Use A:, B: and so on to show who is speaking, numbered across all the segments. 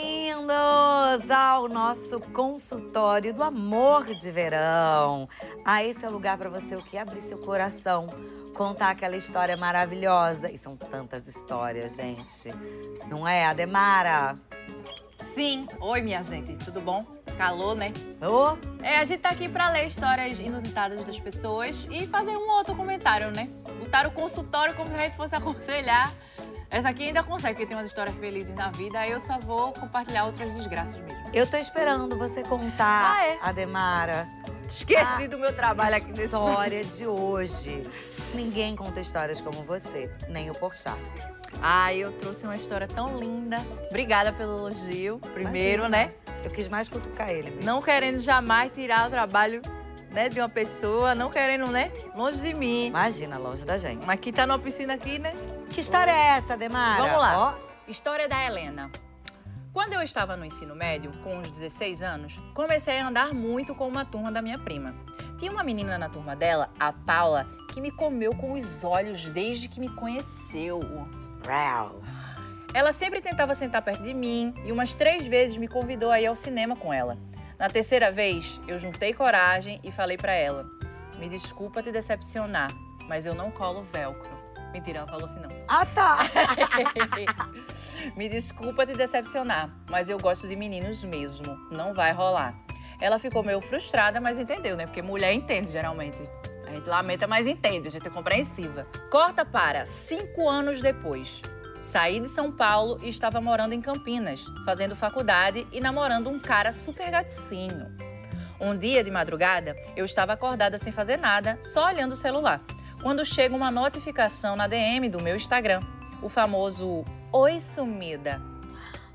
A: Bem-vindos ao nosso consultório do amor de verão. Ah, esse é o lugar para você o que abrir seu coração, contar aquela história maravilhosa. E são tantas histórias, gente. Não é, Ademara?
B: Sim. Oi, minha gente, tudo bom? Calor, né?
A: Ô,
B: É, a gente tá aqui pra ler histórias inusitadas das pessoas e fazer um outro comentário, né? Botar o consultório como se a gente fosse aconselhar. Essa aqui ainda consegue, porque tem umas histórias felizes na vida, aí eu só vou compartilhar outras desgraças mesmo.
A: eu tô esperando você contar,
B: Ah, é?
A: Ademara.
B: Esqueci do meu trabalho aqui nesse
A: história de hoje. Ninguém conta histórias como você, nem o Porchat.
B: Ah, eu trouxe uma história tão linda. Obrigada pelo elogio, primeiro,
A: Imagina.
B: né?
A: Eu quis mais cutucar ele. mesmo.
B: Não querendo jamais tirar o trabalho né, de uma pessoa, não querendo, né? Longe de mim.
A: Imagina, longe da gente.
B: Mas quem tá numa piscina aqui, né?
A: Que história é essa, Demara?
B: Vamos lá.
A: Ó,
B: História da Helena. Quando eu estava no ensino médio, com uns 16 anos, comecei a andar muito com uma turma da minha prima. Tinha uma menina na turma dela, a Paula, que me comeu com os olhos desde que me conheceu.
A: Rau.
B: Ela sempre tentava sentar perto de mim e umas três vezes me convidou a ir ao cinema com ela. Na terceira vez, eu juntei coragem e falei pra ela: Me desculpa te decepcionar, mas eu não colo velcro. Mentira, ela falou assim não.
A: Ah, tá.
B: Me desculpa te decepcionar, mas eu gosto de meninos mesmo. Não vai rolar. Ela ficou meio frustrada, mas entendeu, né? Porque mulher entende geralmente. A gente lamenta, mas entende, a gente é compreensiva. Corta para cinco anos depois. Saí de São Paulo e estava morando em Campinas, fazendo faculdade e namorando um cara super gatinho. Um dia de madrugada, eu estava acordada sem fazer nada, só olhando o celular. Quando chega uma notificação na DM do meu Instagram, o famoso Oi Sumida.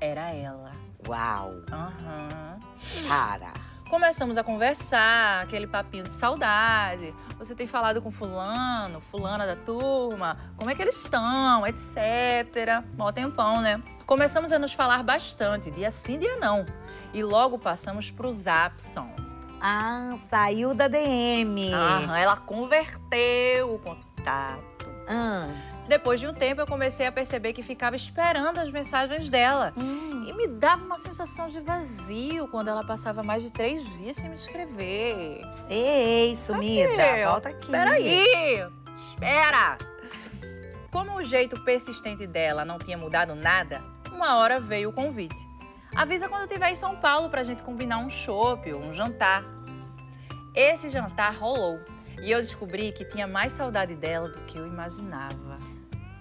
B: Era ela.
A: Uau.
B: Aham.
A: Para.
B: Começamos a conversar, aquele papinho de saudade. Você tem falado com fulano, fulana da turma, como é que eles estão, etc. Mó tempão, né? Começamos a nos falar bastante, dia sim, dia não. E logo passamos pro Zapson.
A: Ah, saiu da DM.
B: Aham, ela converteu o contato.
A: Ah.
B: Depois de um tempo, eu comecei a perceber que ficava esperando as mensagens dela.
A: Hum.
B: E me dava uma sensação de vazio quando ela passava mais de três dias sem me escrever.
A: Ei, ei, sumida.
B: Aqui, ó.
A: Volta aqui.
B: Peraí! Espera! Como o jeito persistente dela não tinha mudado nada, uma hora veio o convite. Avisa quando estiver em São Paulo pra gente combinar um chopp ou um jantar. Esse jantar rolou e eu descobri que tinha mais saudade dela do que eu imaginava.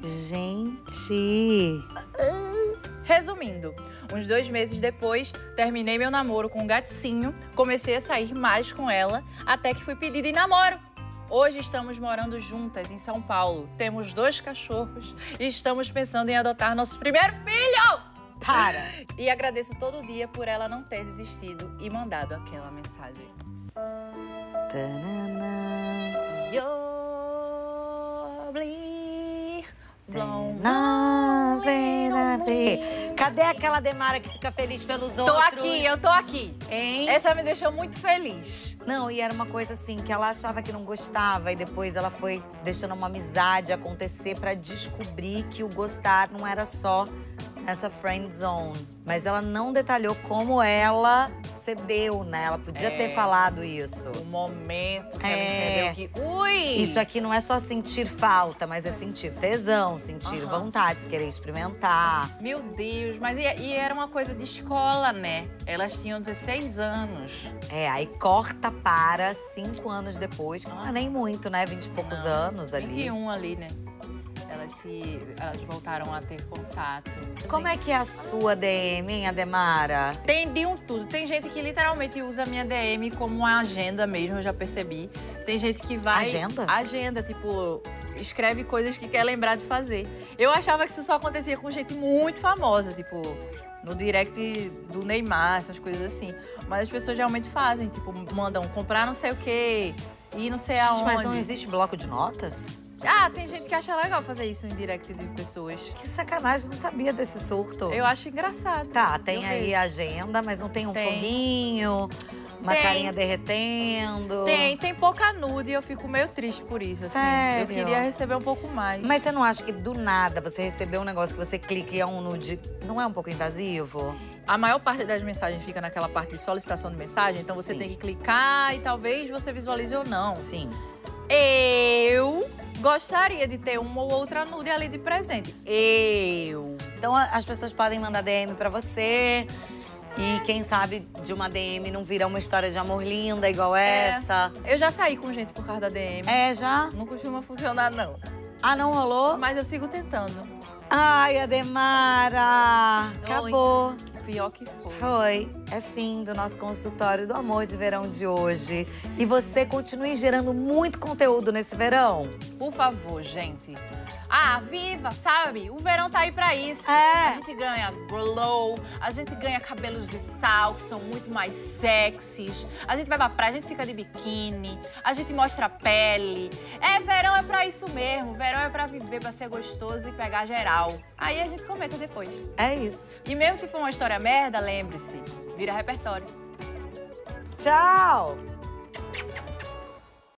A: Gente.
B: Resumindo, uns dois meses depois, terminei meu namoro com o gatinho, comecei a sair mais com ela, até que fui pedida em namoro. Hoje estamos morando juntas em São Paulo, temos dois cachorros e estamos pensando em adotar nosso primeiro filho.
A: Para.
B: E agradeço todo dia por ela não ter desistido e mandado aquela mensagem.
A: Tanana.
B: Yobli, blom,
A: Tanana, vem, na
B: blom.
A: vem. Cadê aquela Demara que fica feliz pelos
B: Tô
A: outros?
B: aqui, eu tô aqui.
A: Hein?
B: Essa me deixou muito feliz.
A: Não, e era uma coisa assim, que ela achava que não gostava e depois ela foi deixando uma amizade acontecer pra descobrir que o gostar não era só essa friend zone. Mas ela não detalhou como ela cedeu, né? Ela podia
B: É.
A: ter falado isso.
B: O momento que
A: É.
B: ela entendeu que. Ui!
A: Isso aqui não é só sentir falta, mas é sentir tesão, sentir
B: Aham.
A: vontade, querer experimentar.
B: Meu Deus, mas e, e era uma coisa de escola, né? Elas tinham 16 anos.
A: É, aí corta para cinco anos depois, que não é nem muito, né? Vinte e poucos
B: Não,
A: anos ali.
B: 21 ali, né? Elas se. Elas voltaram a ter contato. Assim,
A: Como é que é a sua DM, hein, Ademara?
B: Tem de um tudo. Tem gente que literalmente usa a minha DM como uma agenda mesmo, eu já percebi. Tem gente que vai.
A: Agenda?
B: Agenda, tipo, escreve coisas que quer lembrar de fazer. Eu achava que isso só acontecia com gente muito famosa, tipo, no direct do Neymar, essas coisas assim. Mas as pessoas realmente fazem, tipo, mandam comprar não sei o quê, ir não sei
A: Gente,
B: aonde.
A: mas não existe bloco de notas?
B: Ah, tem gente que acha legal fazer isso em direct de pessoas.
A: Que sacanagem, não sabia desse surto.
B: Eu acho engraçado.
A: Tá, tem
B: Eu
A: aí
B: vejo.
A: a agenda, mas não tem um
B: Tem.
A: foguinho, uma
B: Tem.
A: carinha derretendo.
B: Tem, tem pouca nude e eu fico meio triste por isso, assim.
A: Sério?
B: Eu queria receber um pouco mais.
A: Mas você não acha que do nada você recebeu um negócio que você clica e é um nude, não é um pouco invasivo?
B: A maior parte das mensagens fica naquela parte de solicitação de mensagem, então você
A: Sim.
B: tem que clicar e talvez você visualize ou não.
A: Sim.
B: Eu gostaria de ter uma ou outra nude ali de presente. Eu.
A: Então a- as pessoas podem mandar DM pra você. E quem sabe de uma DM não vira uma história de amor linda igual
B: É.
A: essa.
B: Eu já saí com gente por causa da DM.
A: É, já?
B: Não costuma funcionar, não.
A: Ah, não rolou?
B: Mas eu sigo tentando.
A: Ai, Ademara! Acabou.
B: Pior que for.
A: Foi. É fim do nosso consultório do amor de verão de hoje. E você continue gerando muito conteúdo nesse verão.
B: Por favor, gente. Ah, viva, sabe? O verão tá aí pra isso.
A: É.
B: A gente ganha glow, a gente ganha cabelos de sal, que são muito mais sexys. A gente vai pra praia, a gente fica de biquíni, a gente mostra a pele. É, verão é pra isso mesmo. Verão é pra viver, pra ser gostoso e pegar geral. Aí a gente comenta depois.
A: É isso.
B: E mesmo se for uma história merda, lembre-se, vira repertório.
A: Tchau!